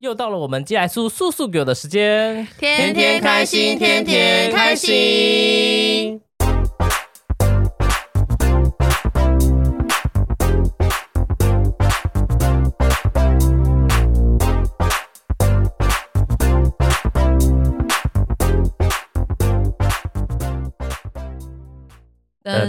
又到了我们寄来素素素狗的时间，天天开心，天天开心。噔噔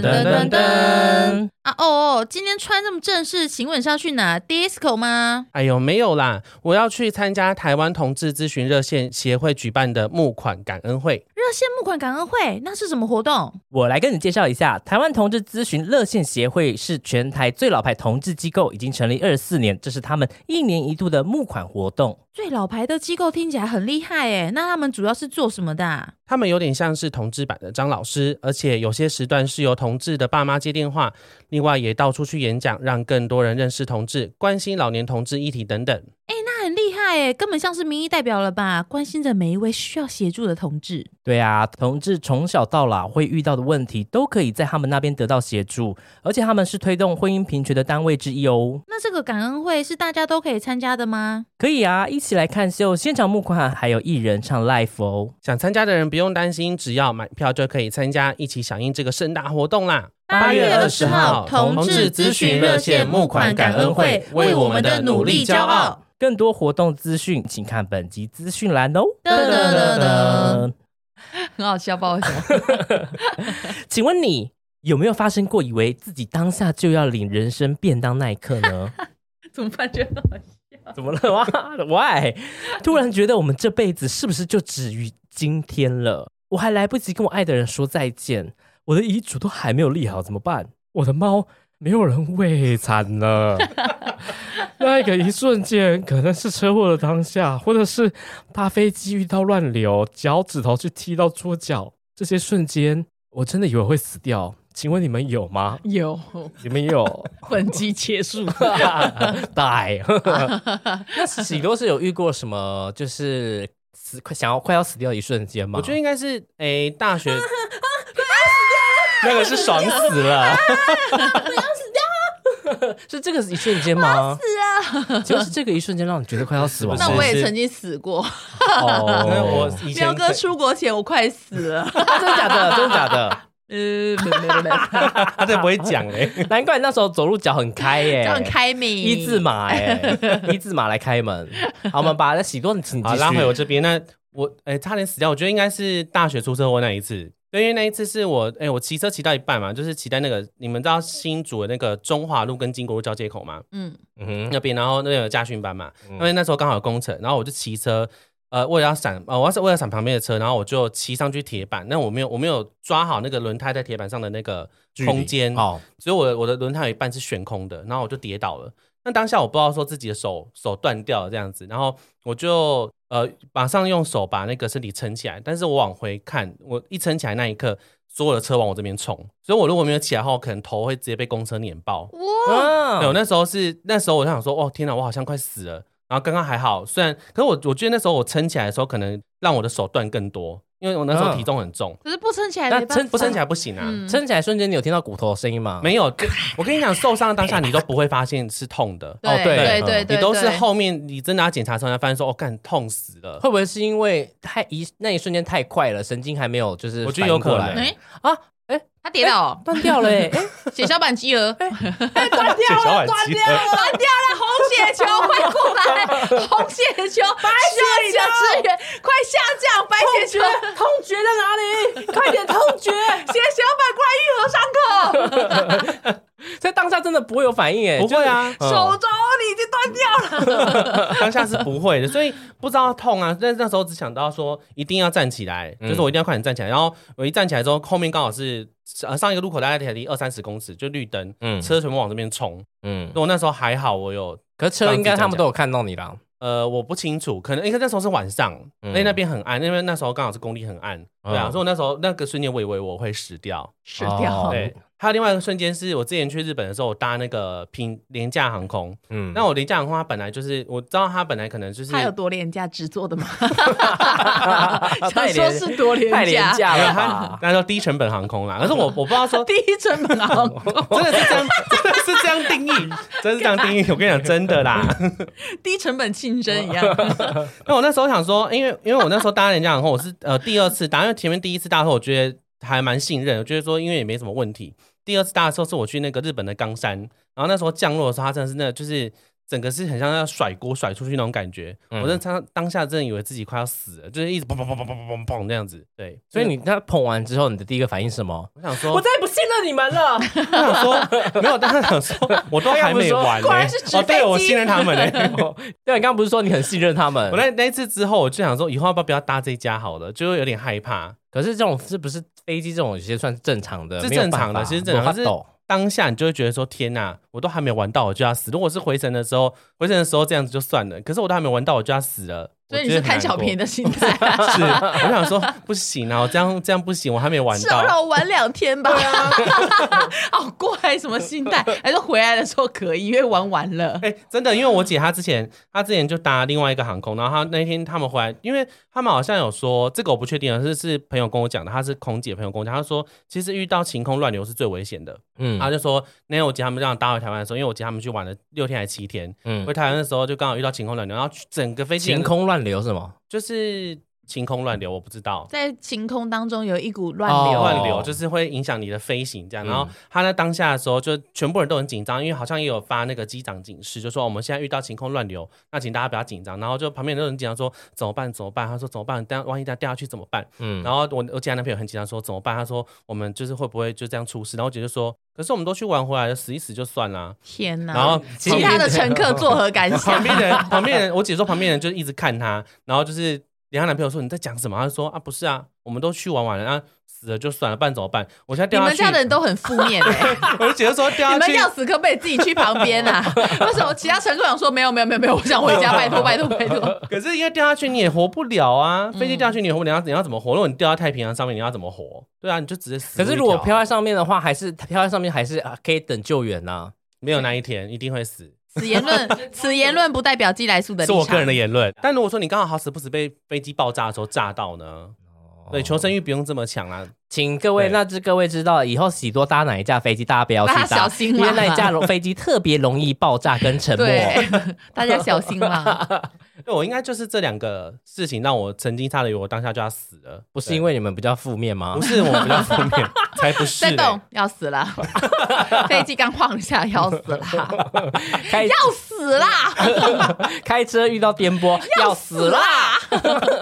噔噔噔噔噔噔啊哦！今天穿这么正式，请问是要去哪？disco 吗？哎呦，没有啦，我要去参加台湾同志咨询热线协会举办的募款感恩会。热线募款感恩会，那是什么活动？我来跟你介绍一下，台湾同志咨询热线协会是全台最老牌同志机构，已经成立二十四年，这是他们一年一度的募款活动。最老牌的机构听起来很厉害诶，那他们主要是做什么的啊、他们有点像是同志版的张老师，而且有些时段是由同志的爸妈接电话，另外也到处去演讲，让更多人认识同志、关心老年同志议题等等。那很厉害诶，根本像是民意代表了吧？关心着每一位需要协助的同志。对啊，同志从小到老会遇到的问题，都可以在他们那边得到协助，而且他们是推动婚姻平权的单位之一哦。那这个感恩会是大家都可以参加的吗？可以啊，一起来看秀，现场募款，还有艺人唱 live 哦。想参加的人不用担心，只要买票就可以参加，一起响应这个盛大活动啦！ 8月20号同志咨询热线募款感恩会为我们的努力骄傲。更多活动资讯，请看本集资讯栏哦。噔噔噔噔 很好笑，不好意思。请问你有没有发生过以为自己当下就要领人生便当那一刻 呢？怎么办？觉得怎么了 哇？Why？突然觉得我们这辈子是不是就止于今天了？我还来不及跟我爱的人说再见，我的遗嘱都还没有立好，怎么办？我的猫没有人喂，惨了。 那个一瞬间，可能是车祸的当下，或者是搭飞机遇到乱流，脚趾头去踢到桌角，这些瞬间，我真的以为会死掉。请问你们有吗？有你们有？本集 结束，对， 那喜多是有遇过什么，就是死快想要快要死掉的一瞬间吗？我觉得应该是诶、大学那个是爽死了，是这个一瞬间吗？是啊，就是这个一瞬间让你觉得快要死 亡吗。那我也是曾经死过。 那我哦，以前苗哥出国前，我快死 了。真的假的？真的假的？呃，没没没没， 他才不会讲嘞、 难怪你那时候走路脚很开耶，这样很开明。一字马哎，一字马来开 门。好，我们把那喜多请继好，续。拉回我这边。那我诶、差点死掉，我觉得应该是大学出车祸那一次。对，因为那一次是我诶、哎我骑车骑到一半嘛，就是骑在那个你们知道新竹的那个中华路跟金国路交接口嘛，嗯，嗯哼，那边，然后那边有驾训班嘛，因为那时候刚好有工程，然后我就骑车。呃，为了要闪，呃，我要是为了闪旁边的车，然后我就骑上去铁板，那我没有，我没有抓好那个轮胎在铁板上的那个距离空间，哦，所以我的我的轮胎有一半是悬空的，然后我就跌倒了。那当下我不知道说自己的手手断掉了这样子，然后我就呃马上用手把那个身体撑起来，但是我往回看，我一撑起来那一刻，所有的车往我这边冲，所以我如果没有起来的话，我可能头会直接被公车碾爆。哇对，我哦那时候是那时候我就想说，哦天哪，我好像快死了。然后刚刚还好，虽然可是我我觉得那时候我撑起来的时候，可能让我的手断更多，因为我那时候体重很重，可是不撑起来那没办撑法，不撑起来不行啊。嗯撑起来瞬间，你有听到骨头的声音吗？没有，就我跟你讲，受伤的当下你都不会发现是痛的，哦对对嗯对对，你都是对后面你真的要检查出来，发现说哦，干痛死了。会不会是因为太一那一瞬间太快了，神经还没有就是我觉得有可能反应过来哎啊，他跌倒，断掉了 哎，哎血小板饥饿，断掉血小板肌断掉了，红血球快过来，红血球需要支援，快下降，白血球痛觉在哪里？快点痛觉！血小板过来愈合伤口，在当下真的不会有反应哎，不会啊，就是，手嗯肘你已经断掉了。 当下是不会的，所以不知道痛啊。但是那时候只想到说一定要站起来，嗯就是我一定要快点站起来。然后我一站起来之后，后面刚好是呃上一个路口大概才离二三十公尺，就绿灯，嗯车全部往这边冲。嗯所以，我那时候还好，我有可是车应该他们都有看到你啦，呃我不清楚，可能因为那时候是晚上，嗯因为那边很暗，因为那时候刚好是工地很暗，对啊，嗯所以我那时候那个瞬间我以为我会死掉，死掉哦对，还有另外一个瞬间是我之前去日本的时候，我搭那个平廉价航空，嗯，那我廉价航空它本来就是我知道它本来可能就是他有多廉价制作的吗？太想廉说是多廉太廉价，价没有了它吧？那叫低成本航空啦，可是我我不知道 说低成本航空，真的是这样，真的是这样定义，真是这样定义。我跟你讲，真的啦。低成本竞争一样。嗯那我那时候想说，因为因为我那时候搭人家航空，我是呃第二次搭，因为前面第一次搭的时候，我觉得还蛮信任，我觉得说因为也没什么问题。第二次搭的时候是我去那个日本的冈山，然后那时候降落的时候，它真的是那就是整个是很像要甩锅甩出去那种感觉。嗯我真的当当下真的以为自己快要死了，就是一直砰砰砰砰砰砰砰这样子。对，所以你他捧完之后，你的第一个反应是什么？我想说，我我再也不信任你们了。想说没有，但是想说我都还没完呢、果然是纸哦，对，飞我机信任他们呢、 欸 对，你刚刚不是说你很信任他们我？那那一次之后，我就想说，以后要不要不要搭这一家好了，就有点害怕。可是这种是不是飞机这种有些算正常的？是没有正常的办法其实正常没有可是办法当下你就会觉得说，天哪，我都还没玩到，我就要死。如果是回程的时候，回程的时候这样子就算了，可是我都还没玩到，我就要死了。所以你是贪小便宜宜，的心态， 是我想说不行啊，我这样这样不行，我还没玩至少让到。我玩两天吧。 好怪，什么心态？还是回来的时候可以，因为玩完了。哎、真的，因为我姐她之前，她之前就搭另外一个航空，然后她那天他们回来，因为他们好像有说，这个我不确定啊，是是朋友跟我讲的，她是空姐朋友跟我讲，她说其实遇到晴空乱流是最危险的，嗯然后就说那天我姐他们让搭回台湾的时候，因为我姐他们去玩了六天还七天，嗯回，台湾的时候就刚好遇到晴空乱流，然后整个飞机晴空乱流是吗？就是晴空乱流，我不知道。在晴空当中有一股乱哦流，乱流就是会影响你的飞行，这样。嗯然后他在当下的时候，就全部人都很紧张，因为好像也有发那个机长警示，就说哦我们现在遇到晴空乱流，那请大家不要紧张。然后就旁边人都很紧张，说怎么办？怎么办？他说怎么办？但万一他掉下去怎么办？嗯，然后我我姐男朋友很紧张，说怎么办？他说我们就是会不会就这样出事？然后我姐就说，可是我们都去玩回来了，死一死就算啦。天哪！然后其其他的乘客作何感旁想？边人， 旁边人，我姐说旁边人就一直看她，然后就是连她男朋友说你在讲什么，她就说啊不是啊，我们都去玩完了，啊死了就算了，不然怎么办？我现在你掉下们去，家的人都很负面、欸， 我就姐就说 你掉下们去，要死可不可以自己去旁边啊？为什么其他乘客想说没有没有没有没有，我想回家，拜托拜托拜托。可是因为掉下去你也活不了啊，飞机掉下去你也活不了，你要你要怎么活？如果你掉到太平洋上面，你要怎么活？对啊，你就直接死可路一条。是如果飘在上面的话，还是飘在上面还是啊可以等救援啊呐。没有那一天，一定会死。此言论，此言论不代表寄来素的立是场。我个人的言论，但如果说你刚好好死不死被飞机爆炸的时候炸到呢？对，求生欲不用这么强啊啦。请各位对那知各位知道，以后喜多搭哪一架飞机，大家不啊要去大家搭，小心因啦为那一架飞机特别容易爆炸跟沉没。对， 大家小心啦。对我应该就是这两个事情让我曾经差点以为我当下就要死了，不是对因为你们比较负面吗啊不？是我比较负 面，才不是再欸嘞。动要死啦！飞机刚晃一下要死啦， 开要死啦！开车遇到颠簸要死啦！！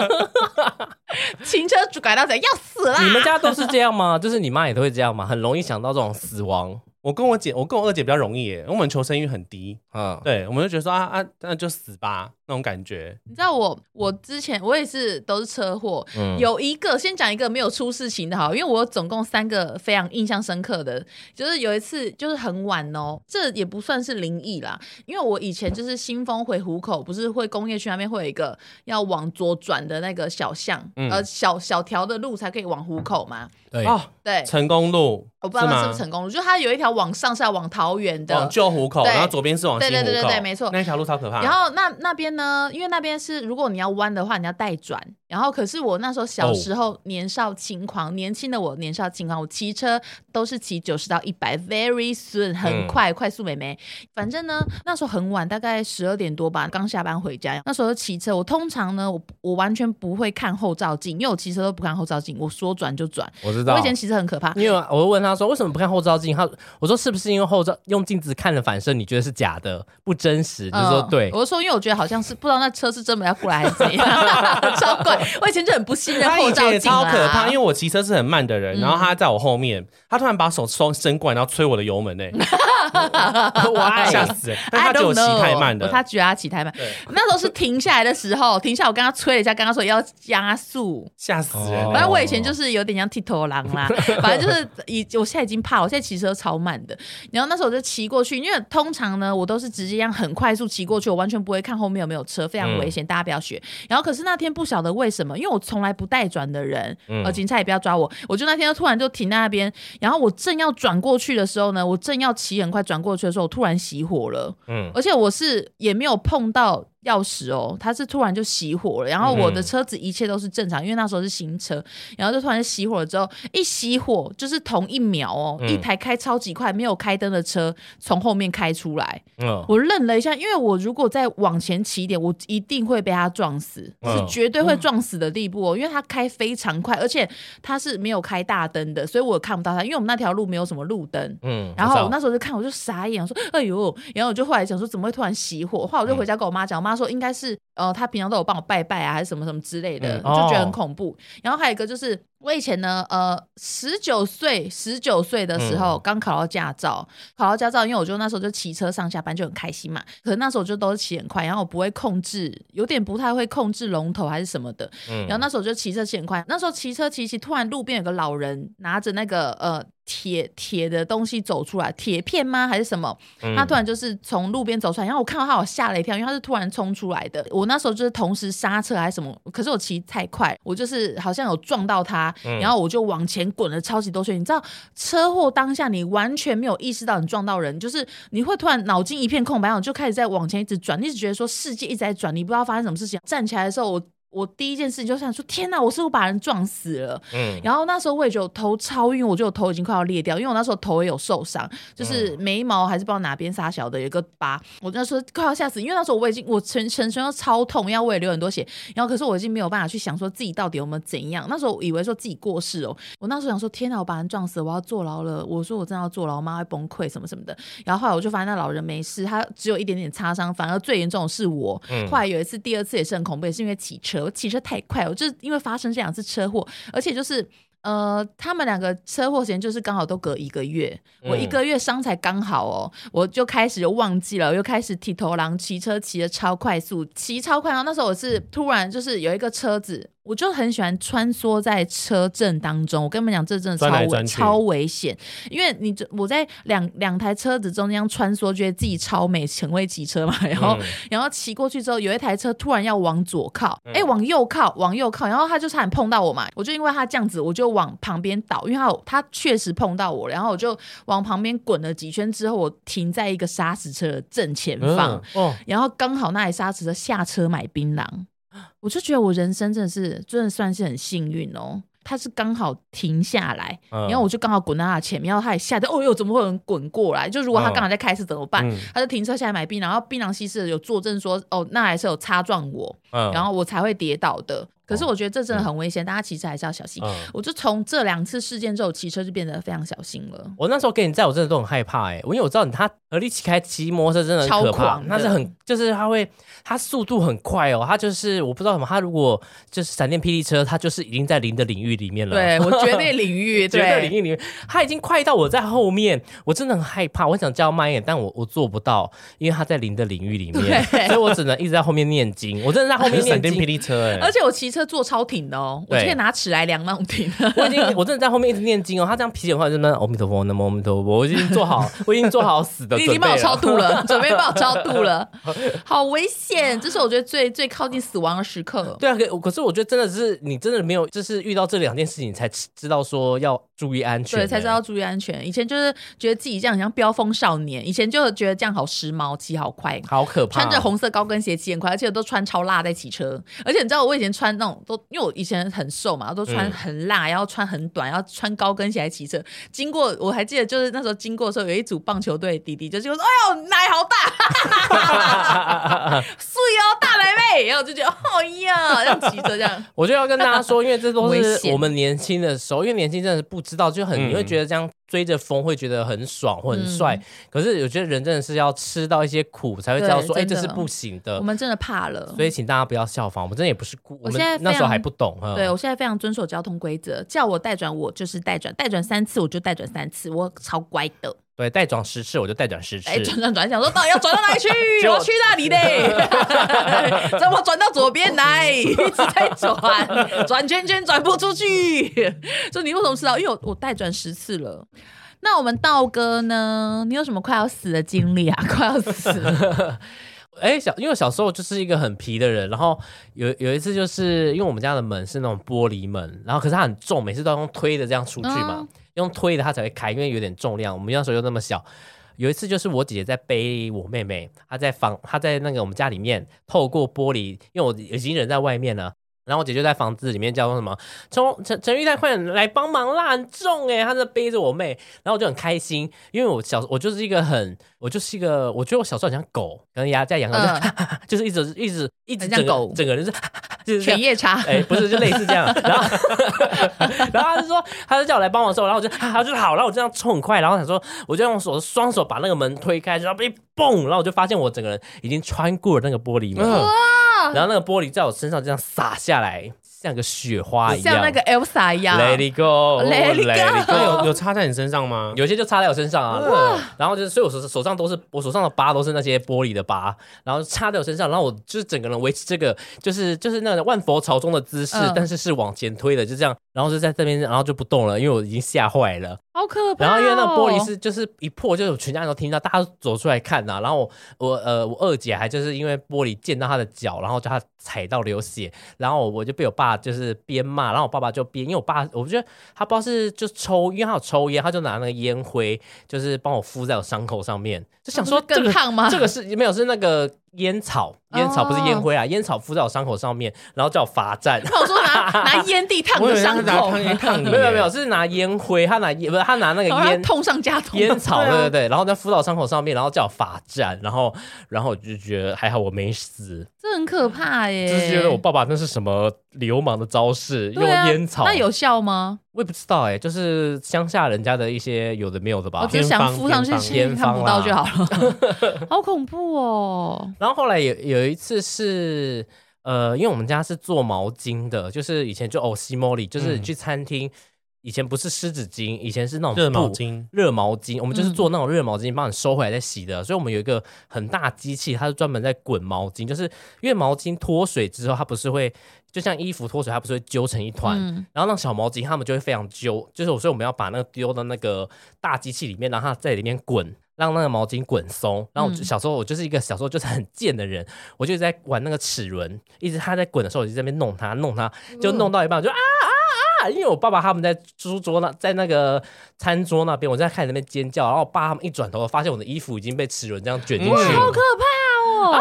停车主改到谁？要死啦！你们家都是这样吗？ 就是你妈也都会这样吗？很容易想到这种死亡。我跟我姐，我跟我二姐比较容易耶，我们求生欲很低，嗯，对，我们就觉得说啊啊，那就死吧那种感觉。你知道我，我之前我也是都是车祸，嗯嗯有一个先讲一个没有出事情的哈，因为我总共三个非常印象深刻的，就是有一次就是很晚哦，这也不算是灵异啦，因为我以前就是新丰回虎口，不是会工业区那边会有一个要往左转的那个小巷，嗯呃小小条的路才可以往虎口嘛，对哦，对，成功路我不知道那是不吗是？成功路，就它有一条往上是要往桃园的，往旧湖口，对然后左边是往新湖口，对对对对对没错那一条路超可怕。然后那那边呢，因为那边是如果你要弯的话，你要带转。然后可是我那时候小时候年少轻狂，年轻的我年少轻狂，我骑车都是骑九十到一百，very soon 很快、快速美眉。反正呢，那时候很晚，大概十二点多吧，刚下班回家。那时候骑车，我通常呢，我我完全不会看后照镜，因为我骑车都不看后照镜，我说转就转。我知我以前骑车很可怕，因为我会问他说为什么不看后照镜，他我说是不是因为后照用镜子看了反射，你觉得是假的不真实？你就说嗯对，我就说因为我觉得好像是不知道那车是真的要过来还是怎样， 超怪。我以前就很不信任他后以照前镜啊嗯也超可怕，因为为我骑车是很慢的人，然后他在我后面，他突然把手伸伸过来，然后催我的油门 呢，哇吓死人！但他觉得我骑太慢的，他觉得他骑太慢对。那时候是停下来的时候，停下来我跟他催了一下，跟他说要加速。吓死人哦欸。反正我以前就是有点像剃头狼 啦，反正就是以我现在已经怕了，我现在骑车超慢的。然后那时候我就骑过去，因为通常呢，我都是直接这嗯样很快速骑过去，我完全不会看后面有没有车，非常危险，大家不要学。然后可是那天不晓得为什么，因为我从来不带转的人，嗯呃，警察也不要抓我。我就那天就突然就停在那边，然后我正要转过去的时候呢，我正要骑很快转过去的时候，我突然熄火了，嗯，而且我是也没有碰到钥匙哦，它是突然就熄火了。然嗯后我的车子一切都是正常，因为那时候是新车，然后就突然就熄火了。之后一熄火就是同一秒哦，嗯一台开超级快没有开灯的车从后面开出来，嗯我愣了一下，因为我如果再往前骑一点，我一定会被他撞死，嗯是绝对会撞死的地步哦。因为他开非常快，而且他是没有开大灯的，所以我看不到他。因为我们那条路没有什么路灯。嗯，然后我知我道那时候就看，我就傻眼，我说：“哎呦！”然后我就后来想说，怎么会突然熄火？后来我就回家跟我妈讲，我妈说应该是呃，她平常都有帮我拜拜啊，还是什么什么之类的，嗯就觉得哦很恐怖。然后还有一个就是，我以前呢，呃，十九岁十九岁的时嗯候刚、考到驾照，考到驾照，因为我就那时候就骑车上下班就很开心嘛。可是那时候我就都是骑很快，然后我不会控制，有点不太会控制龙头还是什么的。嗯然后那时候我就骑车骑很快，那时候骑车骑骑，突然路边有个老人拿着那个呃铁铁的东西走出来，铁片吗还是什么？他突然就是从路边走出来，然后我看到他，我吓了一跳，因为他是突然冲出来的。我那时候就是同时刹车还是什么，可是我骑太快，我就是好像有撞到他，然后我就往前滚了超级多圈。你知道车祸当下你完全没有意识到你撞到人，就是你会突然脑筋一片空白，然后你就开始在往前一直转，你一直觉得说世界一直在转，你不知道发生什么事情。站起来的时候，我。我第一件事情就想说，天哪！我是不是把人撞死了？嗯然后那时候我也觉得我头超晕，我觉得我头已经快要裂掉，因为我那时候头也有受伤，就是眉毛还是不知道哪边撒小的有一个疤，我那时候快要吓死，因为那时候我已经我全全身都超痛，因为我也流很多血，然后可是我已经没有办法去想说自己到底有没有怎样，那时候我以为说自己过世哦，我那时候想说天哪，我把人撞死了，我要坐牢了，我说我真的要坐牢，我妈会崩溃什么什么的，然后后来我就发现那老人没事，他只有一点点擦伤，反而最严重的是我，嗯后来有一次第二次也是很恐怖，也是因为骑车，我骑车太快，我就是因为发生这两次车祸，而且就是呃，他们两个车祸时间就是刚好都隔一个月，嗯我一个月伤才刚好哦，我就开始就忘记了，我又开始剃头狼骑车骑的超快速，骑超快，然后那时候我是突然就是有一个车子。我就很喜欢穿梭在车阵当中，我跟你们讲，这真的超钻来危钻去超危险，因为你这我在两两台车子中间穿梭，觉得自己超美，很会骑车嘛，然后、然后骑过去之后，有一台车突然要往左靠，哎、往右靠，往右靠，然后他就差点碰到我嘛，我就因为他这样子，我就往旁边倒，因为他有他确实碰到我了，然后我就往旁边滚了几圈之后，我停在一个砂石车的正前方，哦，然后刚好那台砂石车下车买槟榔，我就觉得我人生真的是真的算是很幸运哦。他是刚好停下来，嗯然后我就刚好滚到他的前面，然后他也吓得，哦哟，怎么会有人滚过来？就如果他刚好在开车怎么办？嗯他就停车下来买槟榔，然后槟榔西施有作证说，哦，那还是有擦撞我，嗯然后我才会跌倒的。可是我觉得这真的很危险，大家骑车还是要小哦心。嗯我就从这两次事件之后，骑车就变得非常小心了。我那时候跟你在，我真的都很害怕哎、因为我知道你他合力骑开骑摩托车真的很可超怕狂，的那是很就是他会他速度很快哦，他就是我不知道什么，他如果就是闪电霹雳车，他就是已经在零的领域里面了，对我绝对领 域，嗯绝对对领域里面，他已经快到我在后面，我真的很害怕，我想叫他慢一点，但我我做不到，因为他在零的领域里面，对所以我只能一直在后面念经，我真的在后面是闪念电霹经。雳车哎、而且我骑车坐超挺的哦，我对就可以拿尺来量那种挺。 我已经，我真的在后面一直念经哦。他这样脾气很坏，就那阿弥陀佛，南无阿弥陀佛，我已经做好，我已经做好死的你准已备经帮我超了。度 了，准备帮我超度了，好危险！这是我觉得最最靠近死亡的时刻。对啊，可可是我觉得真的是你真的没有，就是遇到这两件事情你才知知道说要注意安全、对，才知道。注意安全。以前就是觉得自己这样很像飙风少年，以前就觉得这样好时髦，骑好快，好可怕！穿着，红色高跟鞋骑很快，而且都穿超辣在骑车。而且你知道我以前穿那种都，因为我以前很瘦嘛，都嗯穿很辣，然后穿很短，然后穿高跟鞋来骑车。经过我还记得，就是那时候经过的时候，有一组棒球队的弟弟就就说：“哎呦，奶 好大，素哦，大奶妹。”然后我就觉得：“哦呀，这样骑车 这样。”我就要跟大家说，因为这都危是险我们年轻的时候，因为年轻真的是不知道，就很、嗯你会觉得这样追着风会觉得很爽或嗯很帅，可是我觉得人真的是要吃到一些苦才会知道说，对哎，真这的是不行我的。们真的怕了所。以请大家不要效仿，我们真的也不是故，我我现在们非常那时候还不懂嗯哈。对，我现在非常遵守交通规则，叫我带转我就是带转，带转三次我就带转三次，我超乖的。对，带转十次我就带转十次哎，。转转转，想说到底要转 到哪里去？我要去那里嘞？ 怎么转到左边来？ 一直在转，转圈圈转不出去。 说你为什么知道？因为我我带转十次了。 那我们道哥呢？你有什么快要死的经历啊？快要死了，哎、小，因为小时候就是一个很皮的人，然后有有一次就是因为我们家的门是那种玻璃门，然后可是它很重，每次都要用推的这样出去嘛，嗯用推的它才会开，因为有点重量。我们那时候又那么小。有一次就是我姐姐在背我妹妹，她在房，她在那个我们家里面透过玻璃，因为我已经人在外面了，然后我姐就在房子里面叫什么陈陈陈玉泰，快点来帮忙啦，很重哎、欸，她在背着我妹，然后我就很开心，因为我小我就是一个很我就是一个，我觉得我小时候很像狗，可能压在养上、 就是一直一直一直嗯很整像个狗整个人就是 就是这犬样。夜叉，哎、不是，就类似这样， 然后，然后他就说，他就叫我来帮忙的时候，然后我就，他就好，然后我就这样冲很快，然后想说，我就用手双手把那个门推开，然后被嘣，然后我就发现我整个人已经穿过了那个玻璃门，然后那个玻璃在我身上这样洒下来，像个雪花一样，像那个 Elsa 一样， Let it go，Let Let it go 那有哦有插在你身上吗？有些就插在我身上啊，然后就是，所以我手手上都是我手上的疤都是那些玻璃的疤，然后插在我身上，然后我就是整个人维持这个就是就是那个万佛朝宗的姿势，嗯但是是往前推的，就这样，然后就在这边，然后就不动了，因为我已经吓坏了。好可怕、哦。然后因为那个玻璃是就是一破，就是全家人都听到，大家都走出来看啊呐、然后我我呃我二姐还就是因为玻璃溅到她的脚，然后叫她踩到流血，然后我就被我爸就是边骂，然后我爸爸就边，因为我爸我觉得他不知道是就抽，因为他有抽烟，他就拿那个烟灰就是帮我敷在我伤口上面，就想说不是这哦个更烫吗？这个是没有是那个烟草，烟草不是烟哦灰啊，烟草敷在我伤口上面，然后叫我罚站。 我说拿拿烟蒂烫我以的为他伤是拿口，烫烟烫你，没有没有，，是拿烟灰，他拿烟不是他拿那个然后烟它痛上 加痛。烟草，对对啊对对，然后在辅导伤口上面，然后叫我罚站，然后然后我就觉得还好我没死，这很可怕耶！就是觉得我爸爸那是什么流氓的招式，用对啊烟草，那有效吗？我也不知道哎、就是乡下人家的一些有的没有的我吧。只是想偏方敷上去偏，方是你看不到就好了。 好恐怖哦！然后后来有有一次是。呃，因为我们家是做毛巾的，就是以前就哦西莫里，就是嗯去餐厅，以前不是湿纸巾，以前是那种热毛布巾，热毛巾，我们就是嗯做那种热毛巾，帮你收回来再洗的。所以我们有一个很大机器，它是专门在滚毛巾，就是因为毛巾脱水之后，它不是会就像衣服脱水，它不是会揪成一团，嗯，然后那小毛巾它们就会非常揪，就是我所以我们要把那个丢到那个大机器里面，让它在里面滚。让那个毛巾滚松，然后我就嗯小时候我就是一个小时候就是很贱的人，我就一直在玩那个齿轮，一直它在滚的时候，我就在那边弄它，弄它，就弄到一半我就啊啊啊！因为我爸爸他们在书桌那，在那个餐桌那边，我在看那边尖叫，然后我爸他们一转头，发现我的衣服已经被齿轮这样卷进去嗯了，好可怕哦！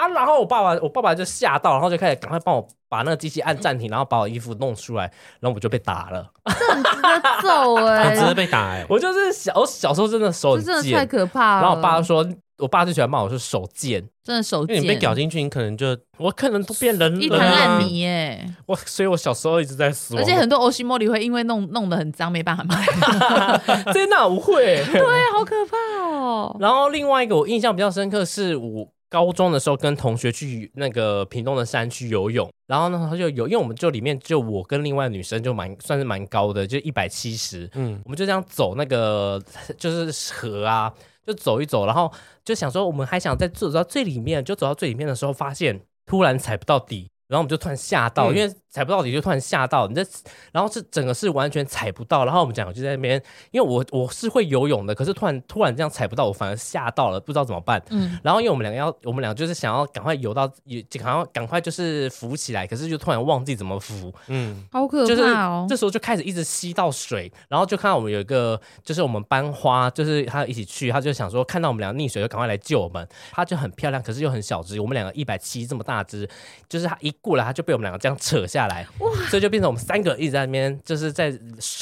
啊！然后我爸爸，我爸爸就吓到，然后就开始赶快帮我把那个机器按暂停，然后把我衣服弄出来，然后我就被打了。他揍他只是哎，被打哎。我就是小我小时候真的手很这真的贱，太可怕了。然后我爸就说，我爸最喜欢骂我是手贱， 真的手因为贱，你被搞进去，你可能就我可能都变人一了滩对啊烂泥哎！我所以我小时候一直在死亡而且很多欧西莫里会因为弄弄得很脏，没办 法卖。真的我会。对，啊好可怕哦！然后另外一个我印象比较深刻是我。高中的时候跟同学去那个屏东的山区游泳，然后呢他就有，因为我们就里面就我跟另外女生就蛮算是蛮高的，就一百七十，嗯，我们就这样走那个就是河啊，就走一走，然后就想说我们还想再走到最里面，就走到最里面的时候，发现突然踩不到底，然后我们就突然吓到，嗯因为踩不到底就突然吓到，你这然后是整个是完全踩不到，然后我们讲就在那边，因为我我是会游泳的，可是突然突然这样踩不到，我反而吓到了，不知道怎么办。嗯，然后因为我们两个要，我们俩就是想要赶快游到，也赶快赶快就是浮起来，可是就突然忘记怎么浮，嗯，好可就是怕哦！这时候就开始一直吸到水，然后就看到我们有一个，就是我们班花，就是她一起去，她就想说看到我们俩溺水就赶快来救我们。她就很漂亮，可是又很小只，我们两个一百七这么大只，就是她一过来，她就被我们两个这样扯下来，所以就变成我们三个一直在那边，就是在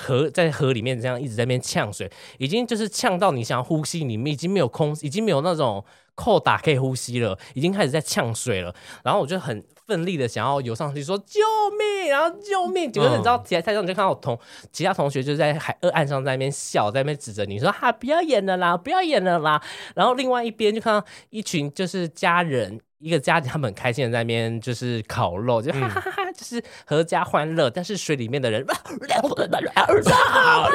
河在河里面这样一直在那边呛水，已经就是呛到你想要呼吸，你们已经没有空，已经没有那种。扣打可以呼吸了，已经开始在呛水了。然后我就很奋力的想要游上去说救命，然后救命！结果你知道，其他台上你就看到我同其他同学就在海岸上在那边笑，在那边指着你说哈、不要演了啦，不要演了啦。然后另外一边就看到一群就是家人。一个家庭，他们很开心的在那边就是烤肉，就哈哈哈哈，就是合家欢乐，但是水里面的人， 对，好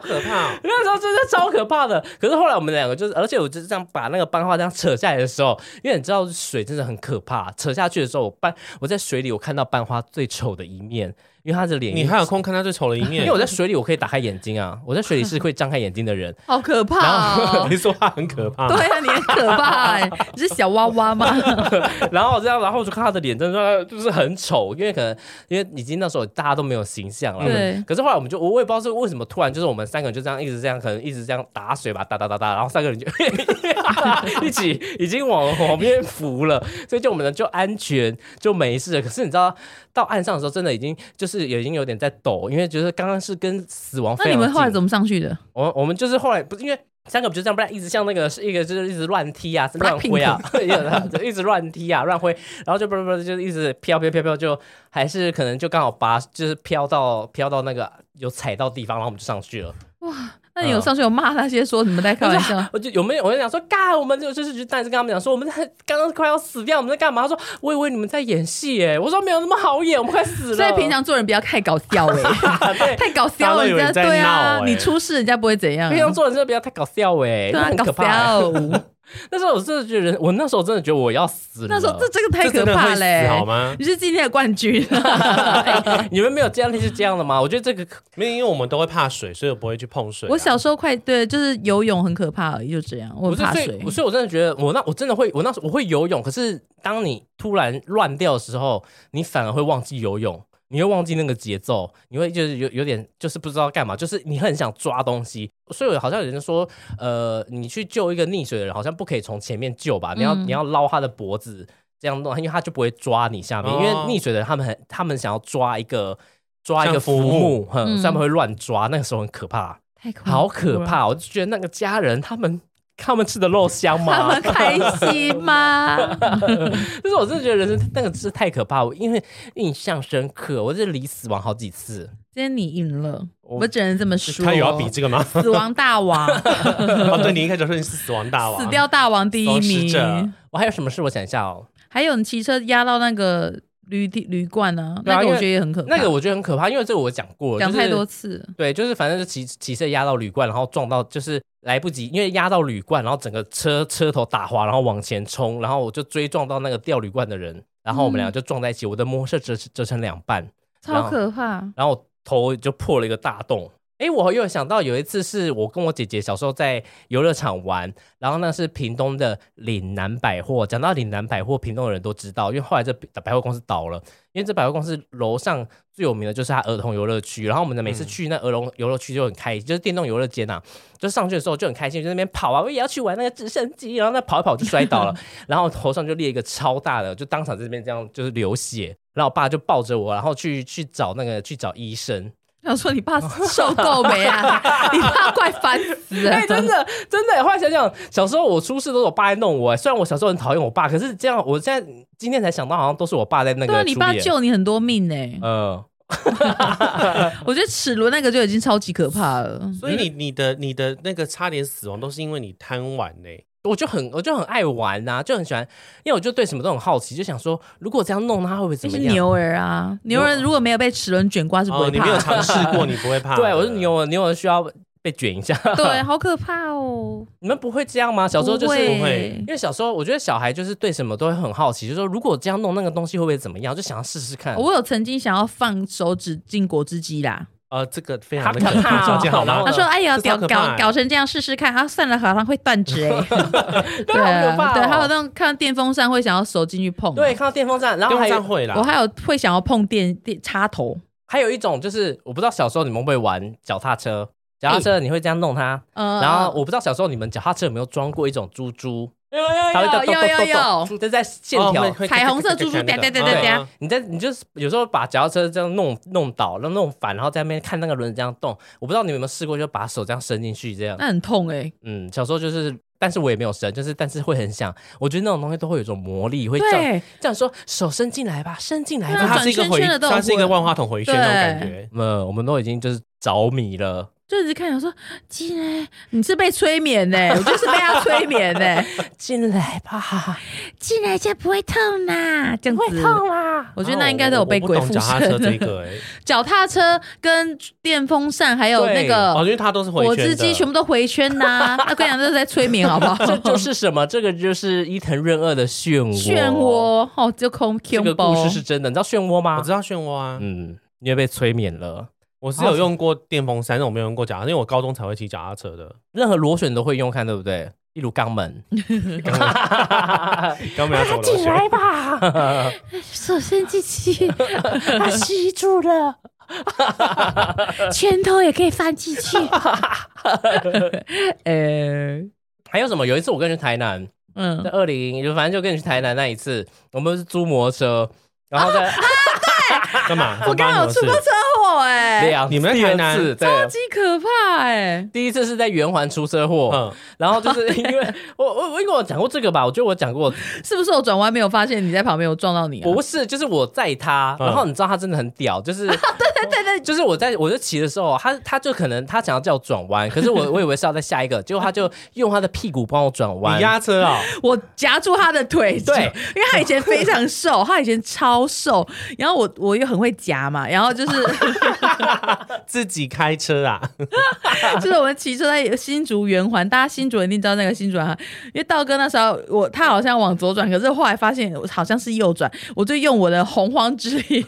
可怕哦、那时候真的超可怕的。可是后来我们两个就是，而且我就是这样把那个班花这样扯下来的时候，因为你知道水真的很可怕，扯下去的时候，我班我在水里我看到班花最丑的一面，因为她的脸，你还有空看他最丑的一 面？因为我在水里我可以打开眼睛啊，我在水里是会张开眼睛的人。好可怕哦！ 你说话很可怕。对啊，你很可怕 哎，你是小蛙蛙吗？ 然后这样，然后我就看她的脸，真的就是很丑，因为可能因为已经那时候大家都没有形象了。对可是后来我们就我我也不知道是为什么突然就是我们三个人就这样一直这样，可能一直这样打水吧，打打打打，然后三个人就 一起已经往往边浮了，所以就我们呢就安全就没事了。可是你知道到岸上的时候，真的已经就是已经有点在抖，因为觉得刚刚是跟死亡那非常你近。们后来怎么上去的？我我们就是后来不是因为三个不就这样，不然一直像那个是一个就是一直乱踢啊，乱挥啊，就 一直乱踢啊，乱挥，然后就不不不就是一直飘飘飘飘，就还是可能就刚好拔，就是飘到飘到那个有踩到地方，然后我们就上去了。那嗯你有上去有骂那些说你们在开玩笑？我就有没有我就想说，干，我们就就是去，但是跟他们讲说我们在刚刚快要死掉，我们在干嘛？他说我以为你们在演戏耶，我说没有那么好演，我们快死了。 所以平常做人不要太搞笑哎、太搞笑了，大家都以人为家你在对啊闹，欸你出事人家不会怎样，平常做人真的不要太搞笑哎，对啊那，很搞可怕欸。 笑。那时候我真的觉得，我那时候真的觉得我要死了。那时候这这个太这可真的怕会嘞、死好吗？啊你是今天的冠 军， 你们没有这样是这样的吗？我觉得这个没有，因为我们都会怕水，所以我不会去碰水啊、我小时候快对，就是游泳很可怕而已，就这样。我不很是怕所水以，，所以我真的觉得我那我真的会，我那时候我会游泳，可是当你突然乱掉的时候，你反而会忘记游泳，你会忘记那个节奏，你会就是有有点就是不知道干嘛，就是你很想抓东西。所以好像有人说，呃，你去救一个溺水的人，好像不可以从前面救吧，你要、嗯你要捞他的脖子这样弄，因为他就不会抓你下面，哦因为溺水的人他们很他们想要抓一个。抓一个像浮浮木木，哼，嗯所以他们会乱抓，那个时候很可怕。太可怕好可了。怕！我就觉得那个家人他们。他们吃的肉香 他吗们？开心 吗？ 就是我真的觉得人生那个真是太可怕，我因为印象深刻，我是离死亡好几次。今天你赢了，我我只能这么说。他有要比这个吗？死亡大王， 哦，对，你一开始说你是死亡大王，死掉大王第一收拾者名。我还有什么事？我想一下哦，还有你骑车压到那个旅地旅馆啊，对啊那个因我为觉得也很可怕。那个我觉得很可怕，因为这个我讲过，讲就是太多次了，对，就是反正就骑骑车压到铝罐，然后撞到，就是来不及，因为压到铝罐，然后整个车车头打滑，然后往前冲，然后我就追撞到那个掉铝罐的人，然后我嗯们俩就撞在一起，我的摩托车折折成两半，然超后可怕。然后我头就破了一个大洞。诶，我又想到有一次是我跟我姐姐小时候在游乐场玩，然后那是屏东的岭南百货。讲到岭南百货，屏东的人都知道，因为后来这百货公司倒了。因为这百货公司楼上最有名的就是它儿童游乐区，然后我们呢每次去那儿童游乐区就很开心，就是电动游乐间呐、啊，就上去的时候就很开心，就在那边跑啊，我也要去玩那个直升机，然后那跑一跑就摔倒了，然后头上就裂一个超大的，就当场在这边这样就是流血，然后我爸就抱着我，然后去去找那个去找医 生，想说你爸受够没 啊？你爸快烦死了哎、。真的真的，后来想想，小时候我出事都是我爸在弄我，哎虽然我小时候很讨厌我爸，可是这样我现在今天才想到，好像都是我爸在那个对啊，你爸处理救你很多命呢、呃，我觉得齿轮那个就已经超级可怕了。所以你你的你的那个差点死亡都是因为你贪玩呢、我就很我就很爱玩呐、就很喜欢，因为我就对什么都很好奇，就想说如果这样弄他会不会就怎么是样？牛儿啊，牛儿如果没有被齿轮卷刮是不哦，会你怕没有的。尝试过，你不会 怕。对，我是，牛，牛儿需要被卷一下。 对，好可怕哦！你们不会这样吗？小时候就是不不会因为小时候我觉得小孩就是对什么都会很好奇，就是说如果这样弄那个东西会不会怎么样，就想要试试看。我有曾经想要放手指进果汁机啦，呃，这个非常的好可怕哦条件好然吗后他？说：“哎呀，这搞超可怕搞欸搞成这样试试看，啊，算了，好像会断指哎。” 好可怕对啊哦对，还有那种看到电风扇会想要手进去碰。对，，看到电风扇，然后还电有扇会啦哦我，还有会想要碰电电插头，还有一种就是，我不知道小时候你们会不会玩脚踏车，脚踏哎车你会这样弄它，呃，然后我不知道小时候你们脚踏车有没有装过一种珠珠，它会呃有咚有有咚有咚咚，就在线条。哦会会彩虹色猪猪那个嗲嗲嗲嗲嗲嗯你在你就是有时候把脚踏车这样弄弄倒，然后弄反，然后在那边看那个轮子这样动。我不知道你们有没有试过，就把手这样伸进去这样。那很痛哎。嗯，小时候就是，但是我也没有伸，就是但是会很想。我觉得那种东西都会有一种魔力，会这样对，这样说，手伸进来吧，伸进来对啊吧。它是一个转圈回圈的，动它是一个作万花筒回旋那种感觉。呃，我们都已经就是着迷了。就一直看，想说进来，你是被催眠呢、欸 我就是被他催眠呢、进来吧，进来就不会痛啦，这样子。啦！我觉得那应该都有被鬼哦我我附不懂脚踏车身。这个哎、 脚踏车跟电风扇还有那个哦，因为它都是回果圈汁的机，全部都回圈呐、 那跟你讲，这是在催眠，好不好？这就是什么？这个就是伊藤润二的漩涡。漩涡哦，就空这 Q 个故事是真的，你知道漩涡吗？我知道漩涡啊，嗯，你也被催眠了。我是有哦用过电风扇，但我没有用过脚踏车，因为我高中才会骑脚踏车 的。任何螺旋都会用，看对不对？例如肛门，刚没有走进哎来吧，手伸 进去，它吸住了，拳头也可以放进去。哎呃，还有什么？有一次我跟你去台南，在嗯，二零，就反正就跟你去台南那一次，我们是租摩托车，然后在干嘛？我刚好发生出什么过事车祸 哎、两你们在第二台南次对。极可怕哎、第一次是在圆环出车祸，嗯，然后就是 因为我我我因为我讲过这个吧，我觉得我讲过，是不是我转弯没有发现你在旁边，我撞到你、啊？我不是就是我载他，嗯然后你知道他真的很屌，就是 对对对对，就是我在我就骑的时候，他他就可能他想要叫我转弯，可是 我我以为是要在下一个，结果他就用他的屁股帮我转弯你，压车啊？我夹住他的腿，对因为他以前非常瘦，他以前超瘦，然后我我又很会夹嘛，然后就是 自己开车啊？ 就是我们骑车在新竹圆环，大家新竹一定知道那个新竹圆环，因为道哥那时候我他好像往左转，可是后来发现我好像是右转，我就用我的洪荒之 力，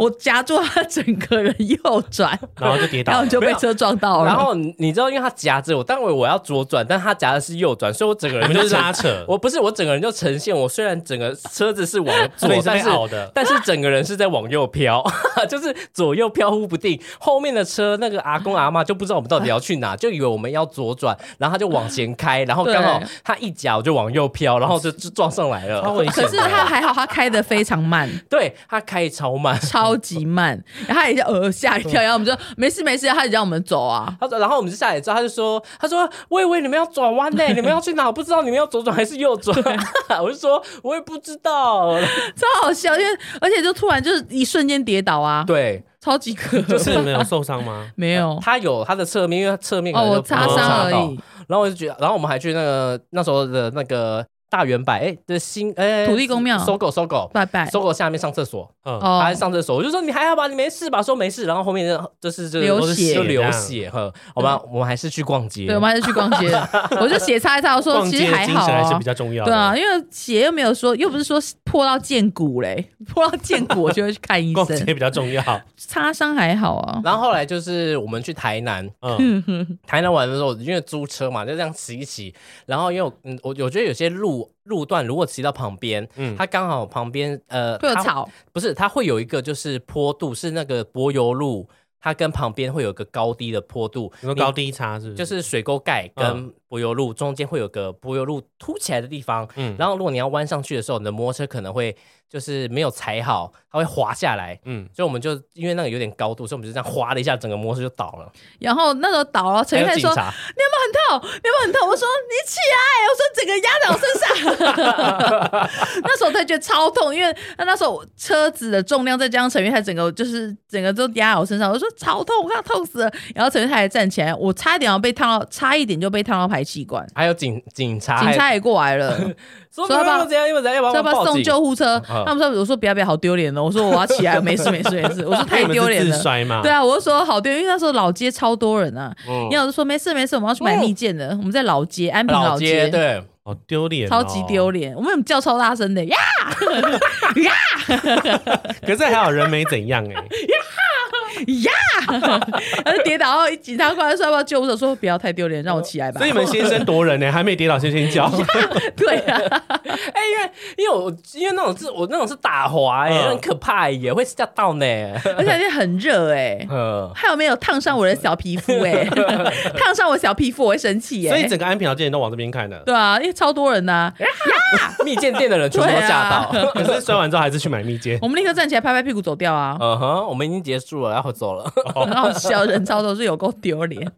我夹住他整个人右转，然后就跌 然倒后了。就被车撞到了，哦然后你你知道，因为他夹着我，但我我要左转，但他夹的是右转，所以我整个我人们就就是是 拉扯，我不是我整个人就呈现，我虽然整个车子是往 左所以，是但被是 熬的。但是整个人是在往右飘， 就是左右飘忽不定。后面的车那个阿公阿妈就不知道我们到底要去哪，就以为我们要左转，然后他就往前开，然后刚好对他一脚就往右飘，然后就就撞上来超了。危险可的是他还好，他开的非常慢。 对他开超慢，超级慢，然后他也就呃吓一跳，然后我们就没事没事，他也让我们走啊。 他说，然后我们就下来之后，他就说，他说，我以为你们要转弯 呢，你们要去哪？我不知道你们要左转还是右转。 我就说，我也不知道。超好笑，因为而且就突然就是一瞬间跌倒啊，，对，超级可怕。就是你们有受伤吗？没有他有他的侧面，因为他侧面可哦，能我就擦没有伤到而已。然后我就觉得，然后我们还去那个那时候的那个大圆柏，哎，的新哎土地公庙搜狗搜狗拜拜搜狗下面上厕所，嗯，他哦还，上厕所，我就说你还好吧，你没事吧？说没事，然后后面就就是就是流都是血就流血呵，我们我们还是去逛街，对，我们还是去逛街的， 我就血擦一擦，我说逛其街实的还精神好还是啊比。较重要的。对啊，因为血又没有说，又不是说破到见骨嘞， 破到见骨我就会去看医逛街生。比 较重要。擦伤还好啊，然后后来就是我们去台南，嗯，台南玩的时候，因为租车嘛，就这样骑一骑。然后因为我嗯，我我觉得有些路路段如果骑到旁边，嗯它刚好旁边呃会有它草，不是，它会有一个就是坡度，是那个柏油路，它跟旁边会有个高低的坡度，嗯你说高低差是不是？就是水沟盖跟柏油路、中间会有个柏油路凸起来的地方。嗯，然后如果你要弯上去的时候，你的摩托车可能会就是没有踩好，它会滑下来。嗯，所以我们就因为那个有点高度，所以我们就这样滑了一下，整个摩托车就倒了。然后那时候倒了，陈还有玉泰警说察，痛，你有没有很痛？我说你起来，我说整个压在我身上。那时候他觉得超痛，因为那时候我车子的重量再加上陈玉泰整个就是整个都压在我身上，我说超痛，我要痛死了。然后陈玉泰还站起来，我差一点要被烫到，差一点就被烫到排气管。还有警警察，警察也过来了，说说要不不要要这样，因为咱要把要我不要报送警。救护车？嗯他们说，我说不要不要，好丢脸哦。我说我要起来，没事没事没事。我说太因为你丢们是脸了自。摔嘛。对啊，我就说好丢，因为那时候老街超多人啊。嗯然后我就说没事没事，我们要去买蜜饯的，我们在老街安平老街街对，好丢脸哦，超级丢脸，我们有叫超大声的呀！ 可是还好人没怎 样哎，然后跌倒，然后警察过来说要不要救护车，说不要太丢脸，让我起来吧哦所以。你们先声夺人呢，欸还没跌倒先 先叫。对啊，哎，因为因为我因为那种是我那种是打滑哎，嗯很可怕耶，会吓到 呢。而且也很热哎，嗯呃，还有没有烫伤我的小皮肤哎？ 烫伤我小皮肤我会生气所以哎。整个安平老街人都往这边看的。对啊，因为超多人呐，蜜饯店的人全部都吓对啊到。可是摔完之后还是去买蜜饯。 我们立刻站起来拍拍屁股走掉哦啊。嗯哼，我们已经结束了，然后走了。很 好笑，人超多，是有够丢 脸。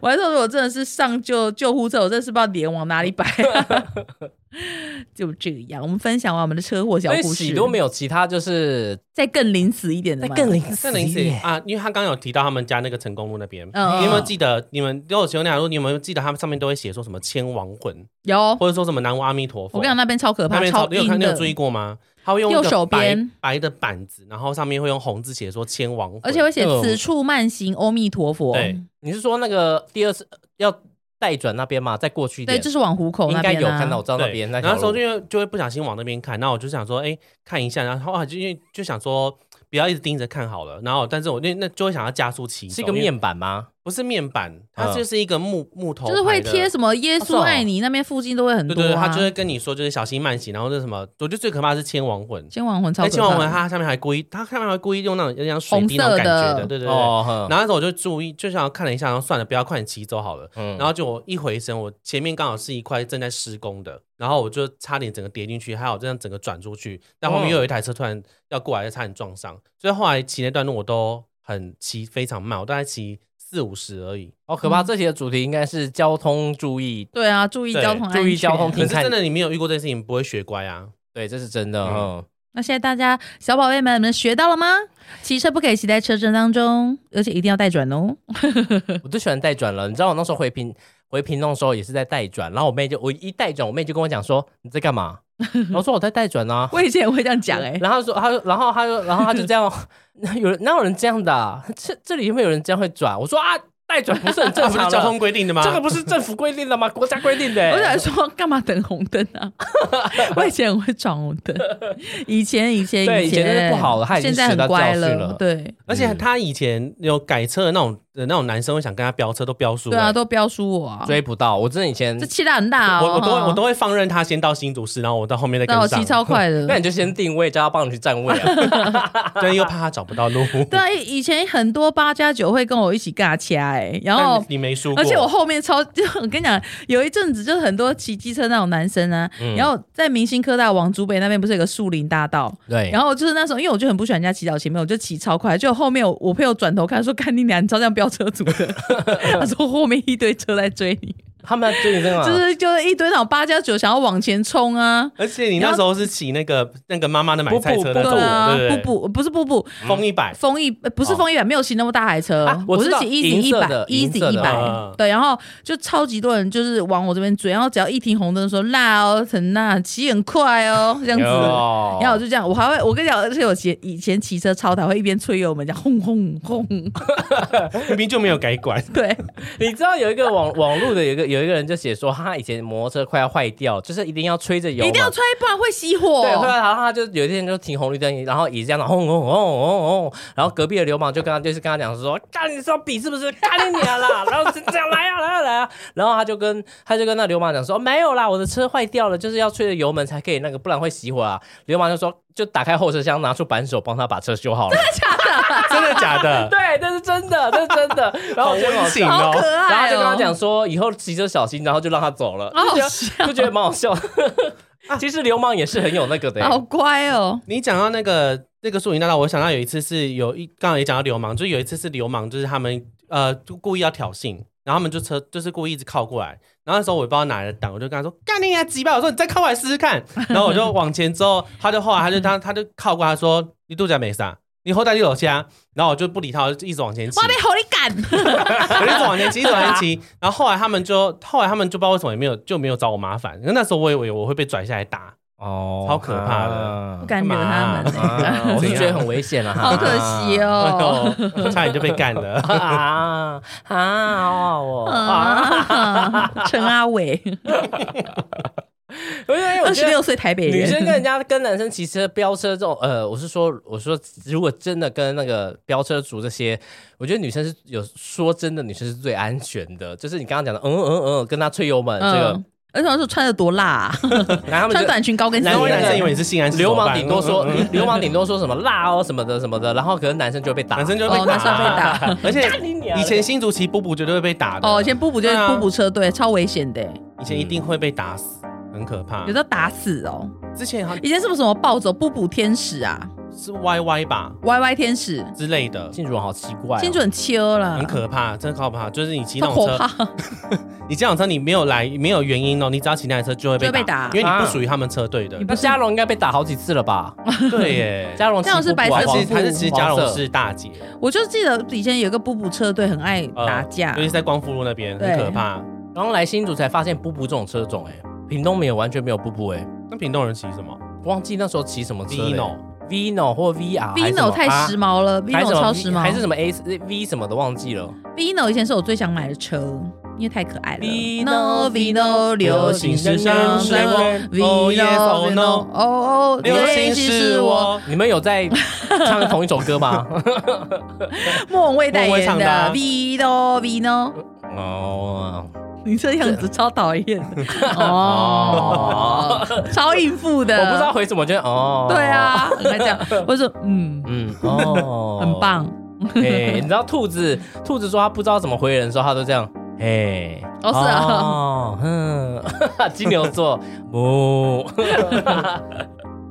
我还说，如果真的是上救救护车，我真的是不知道脸往哪里摆、啊就这样，我们分享完我们的车祸小所以故事，喜都没有其他，就是再更临死一点的在吗？更临那死林子耶。啊，因为他刚刚有提到他们家那个成功路那边，嗯你有没有记得？你们都有使用那条路，你有没有记得他们上面都会写说什么千亡魂，有，或者说什么南无阿弥陀佛？我跟你讲，那边超可那怕，边超你有阴看，你有的，注意过吗？他会用右一个手白边白的板子，然后上面会用红字写说千亡魂，而且会写嗯“此处慢行，阿弥陀佛对”。你是说那个第二次呃要带转那边嘛？再过去一对，点，就是往虎口应那该边有啊看到，我知道那对，边那然条后那时候路就。会就会不小心往那边看，然后我就想说，哎、看一下，然后啊，就因为就想说不要一直盯着看好了，然后但是我那那就会想要加速骑走，是一个因为面板吗？不是面板，它嗯就是一个木、木头，就是会贴。什么“耶稣爱你”，那边附近都会很对多对对，啊。他就会跟你说，就是小心慢行，然后那什么，我觉得最可怕的是千亡魂，千亡魂超那哎可千亡怕魂的，它下面还故意，它下面还故意用那种有点像水滴那种红色感觉的，的对对对。哦，哼然后那时候我就注意，就想要看了一下，然后算了，不要快点骑走好了。嗯然后就我一回身，我前面刚好是一块正在施工的，然后我就差点整个跌进去，还好这样整个转出去，但后面又有一台车突然要过来，就差点撞上，所以后来骑那段路我都很骑非常慢，我大概骑四五十而已。哦好可怕！嗯这题的主题应该是交通注意，对啊，注意对交通安全，注意交通可是你看真的你没有遇过这件事情，不会学乖啊。对，这是真的。嗯嗯，那现在大家小宝贝们，你们学到了吗？骑车不可以骑在车阵当中，而且一定要带转 哦。我最喜欢带转了。你知道我那时候回屏回屏东的时候也是在带转，然后我妹就我一带转，我妹就跟我讲说你在干嘛？然后说我在带转啊。我以前也会这样 讲哎、然后她说，她就，然后她就，然后她就这样， 那有人哪有人这样的啊、这这里有没有人这样会转？我说啊，带转不是很这正啊不常 是嗯的交通规定的吗？这个不是政府规定的吗？国家规定的、欸我想说，干嘛等红灯 啊？我以前很会闯红灯，以前以前对以以前真的不好了他已经现在学到很乖教训了对而且他以前有改车的那种的那种男生会想跟他飙车，都飙输、对啊，都标输我啊，追不到，我真的以前这，气量很大哦。我我都会哈我都，会放任他先到新竹市，然后我到后面再对跟啊我骑上，超快 的，那你就先定位，叫他帮你去站位 啊。但又怕他找不到路。对啊，以以前很多八加九会跟我一起尬掐哎、然后但你没输过，而且我后面超， 就我跟你讲，有一阵子就是很多骑机车那种男生啊，嗯然后在明星科大往竹北那边不是有个树林大道，对然后就是那时候，因为我就很不喜欢人家骑到前面，我就骑超快，就后面我我朋友转头看说：“看你俩，你超像飙车族 的。”他说后面一堆车在追你，他们要追你这个啊嗯嘛，就是就是一堆那种八加九想要往前冲啊。而且你那时候是骑那个那个妈妈的买菜步车的步走步路，啊，对不对？步步不是步步，风一百，风一呃不是风一百，没有骑那么大台车哦啊，我我知是道骑 easy 银一色百的银色，easy 的啊一嗯百，对，然后就超级多人就是往我这边追，然后只要一停红灯说辣哦，很辣，骑很快哦，这样子。哦然后我就这样，我还会，我跟你讲，而且我骑以前骑车超台会一边吹油门，这样轰轰轰， 明明就没有改管，对， 你知道有一个网网络的有一个有一个人就写说，他以前摩托车快要坏掉，就是一定要吹着哦油门，一定要吹，不然会熄火。对，后来然后他就有一天就停红绿灯，然后也这样轰轰轰轰轰，然后隔壁的流氓就跟他就是跟他讲说，干你是要比是不是？干你娘 啦！然后就这样来啊来啊来啊，然后他就跟他就跟那流氓讲说，哦没有啦，我的车坏掉了，就是要吹着油门才可以那个，不然会熄火啊。流氓就说，就打开后车厢，拿出扳手帮他把车修好了。真的假的？对，这是真的，这是真的。然后我觉得 好温情哦好可爱、哦。然后就跟他讲，说，以后骑车小心，然后就让他走了，好好就觉笑得就觉得蛮好笑。其实流氓也是很有那个的、欸好乖哦，你讲到那个那个树林大道，我想到有一次是有一刚刚也讲到流氓，就是有一次是流氓，就是他们呃就故意要挑衅，然后他们就车就是故意一直靠过来，然后那时候我也不知道哪来的胆，我就跟他说干你啊鸡巴，我说你再靠过来试试看，然后我就往前之后，他就后来他就他他就靠过来说你肚子没啥，你后代就有虾，然后我就不理他，我就一直往前骑哇，。被猴你赶，我就一直往前骑，一直往前骑。然后后来他们就，后来他们就不知道为什么也没有就没有找我麻烦。因为那时候我以为我会被拽下来打，哦超可怕的不敢惹他们、干欸，啊我是觉得很危险了、哈 好可惜。哦。哎呦差点就被干了。 啊啊哦！啊！啊， 陈阿伟，因为哎我二觉十得六岁台北女生人，跟人家跟男生骑车飙车这种，呃，我是说，我说如果真的跟那个飙车族这些，我觉得女生是有说真的，女生是最安全的。就是你刚刚讲的，嗯嗯嗯，跟他吹油门、这个嗯，而且我说穿的多辣、啊，然后他们穿就短裙高跟鞋男因为男生以有为你是性暗示，流氓怎么办顶多说，流氓顶多说什么辣哦什么的什么的，然后可能男生就会被打， 男生就会哦被男生被打打，而 且干你娘的以前新竹骑布布绝对会被打的，哦，以前布布就是对啊布布车嗯队，超危险的、以前一定会被打死，很可怕有。的打死哦。之前好像以前是不是什么暴走布布天使啊？是 YY 吧 Y Y 天使，哎之类的，金主好奇怪、哦，精准秋了，很可怕，真的可怕。就是你骑那好种可车，怕。你这种车你没有来没有原因哦，你只要骑那台车就会被就会被打因为你不属于他们车队的。那嘉荣应该被打好几次了吧？对 耶，嘉荣嘉荣是白色还还黄是还是其实嘉荣是大姐， 我就记得以前有个布布车队很爱呃打架尤，其是在光复路那边很对可怕。然后来新竹才发现布布这种车种、哎，屏东没有完全没有布布、哎，那屏东人骑什么忘记那时候骑什么车了、 ？Vino Vino 或 VR 还是什 Vino 么啊太时髦了还是，Vino 什么超时髦，还是什么 A V 什么的忘记了。 Vino 以前是我最想买的车，因为太可爱了。 Vino， Vino 流行时尚是流我 Vino 行时尚是我 Oh yes, oh no 哦哦，流行是我，你们有在唱同一首歌 吗？莫文蔚代莫文言蔚唱的的啊 Vino Vino，哦，你这样子超讨厌 的哦，超应付的，我不知道。回什么，觉得哦，啊对，啊，很爱这样，我说嗯，嗯，哦，很。棒 哎，你知道兔子，兔子说他不知道怎么回人的时候，他都这样。哎，哦是啊哦，嗯， 金牛 座，哦母，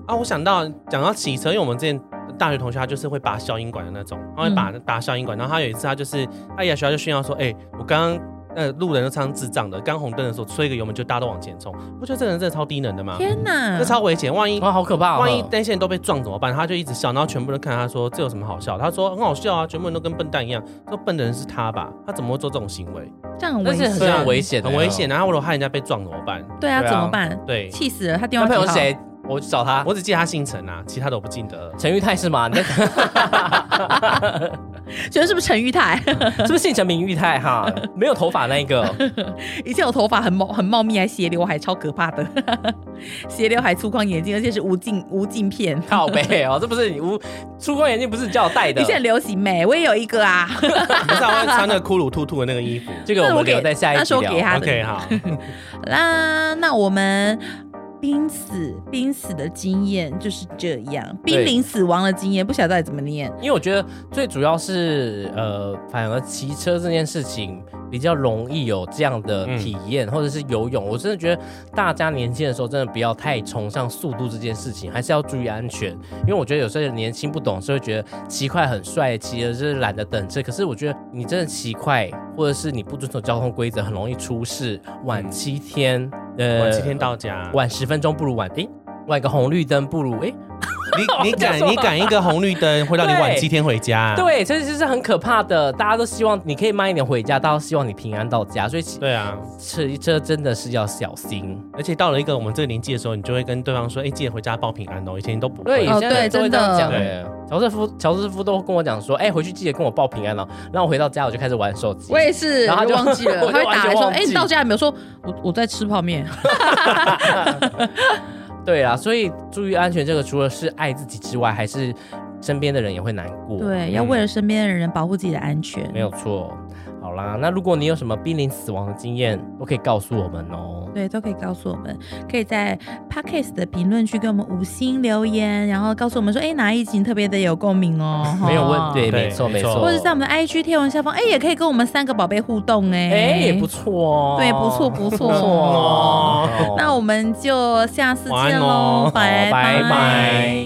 啊？我想到讲到骑车，因为我们之前大学同学他就是会拔消音管的那种，他会拔拔消音管，然后他有一次他就是他一来学校就炫耀说，哎，我刚刚。呃，路人都超智障的，刚红灯的时候吹个油门就大家都往前冲，不觉得这个人真的超低能的吗？天哪这，超危险，万一哇，好可怕哦！万一那些人都被撞怎么办？他就一直笑，然后全部都看他说这有什么好笑？他说很好笑啊，全部人都跟笨蛋一样。说笨的人是他吧？他怎么会做这种行为？这样很但危是险，很像危险，很危险。。然后如果害人家被撞怎么办？对啊，对啊怎么办？对，气死了，他电那话朋友几号谁？我去找他。我只记得他姓陈啊，其他的我不记得了。陈玉泰是吗？ 你在是觉得是不是陈玉泰？ 不是姓陈名玉泰哈？没有头发那一个，以前我头发很茂很茂密，还斜刘海，超可怕的。 斜刘海、粗框眼镜，而且是无镜无镜片。靠背哦，这不是你无粗框眼镜，不是你叫我戴的你现。在流行美，我也有一个啊。不是他会穿那个骷髅兔兔的那个衣服。这个我们留在下一那集是我给聊。他的 OK，好，好啦，那我们濒死濒死的经验就是这样，濒临死亡的经验，不晓得到底怎么念。因为我觉得最主要是呃，反而骑车这件事情比较容易有这样嗯的体验，或者是游泳。我真的觉得大家年轻的时候真的不要太崇尚速度这件事情，还是要注意安全。因为我觉得有些人年轻不懂事，会觉得骑快很帅，骑了就是懒得等车。可是我觉得你真的骑快，或者是你不遵守交通规则，很容易出事，晚七天。呃嗯晚七天到家。晚十分钟不如晚诶，晚一个红绿灯不如诶，你你赶你赶一个红绿灯，会让你晚七天回家。对，这就是很可怕的。大家都希望你可以慢一点回家，大家都希望你平安到家，所以骑对啊，骑车真的是要小心。而且到了一个我们这个年纪的时候，你就会跟对方说：“哎，记得回家报平安哦。”以前你都不对，会。有哦些人对都会真这样的讲诶。乔治夫乔治夫都跟我讲说，哎、回去记得跟我报平安了、然后我回到家我就开始玩手机我。也是，然后他就我忘 记了，我就他会打来说：“完全忘哎、记你到家有没有？”说：“我我在吃泡面。对啊，所以注意安全，这个除了是爱自己之外，还是身边的人也会难”过。对，要嗯为了身边的人保护自己的安全。没有错。好啦，那如果你有什么濒临死亡的经验，都可以告诉我们哦。对，都可以告诉我们，可以在 podcast 的评论区给我们五星留言，然后告诉我们说，哎，哪一集你特别的有共鸣哦， 没有问哈对，对没错没没错，错或者在我们的 IG 贴文下方，哎，也可以跟我们三个宝贝互动，哎，哎、也不错哦，对，不 错不错。哦。那我们就下次晚安见哦喽，好拜拜拜。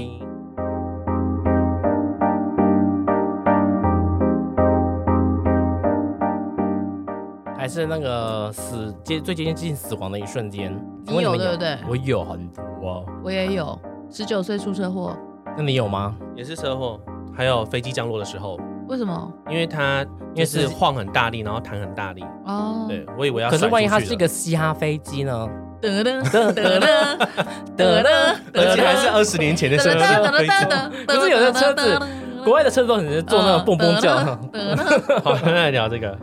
还是那个死接最接近死亡的一瞬间，你请问有们对不对我有很多，我也有，十九岁出车祸，那你有吗？也是车祸，还有飞机降落的时候，为什么？因为它为就是是晃很大力，然后弹很大力。哦，对，我以为要可甩是万一它出去是一了个嘻哈飞机呢？得了得了得了，而且还是二十年前的事情。得呃可是有的车子，国外的车子都很做那个蹦蹦叫，嗯得了好，现在聊这个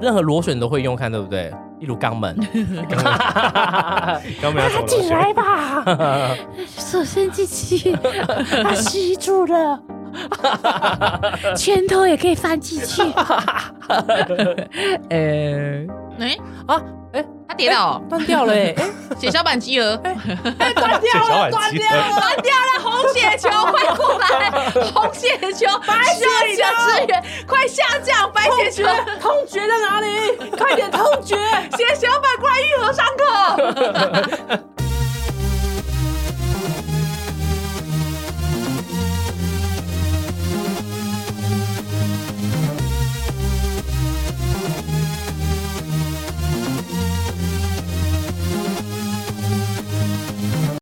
任何螺旋都会用看，对不对？例如肛 门， 刚没有怎么进来吧。首先机器，它吸住了，拳头也可以放进去。呃，哎啊哎，他跌倒，断掉了哎、欸，血小板集合，关掉了，关掉了。断掉了，红血球快过来，红血球，白血球支援，快下降，白血球， 痛觉在哪里？快点痛觉！血小板过来愈合伤口，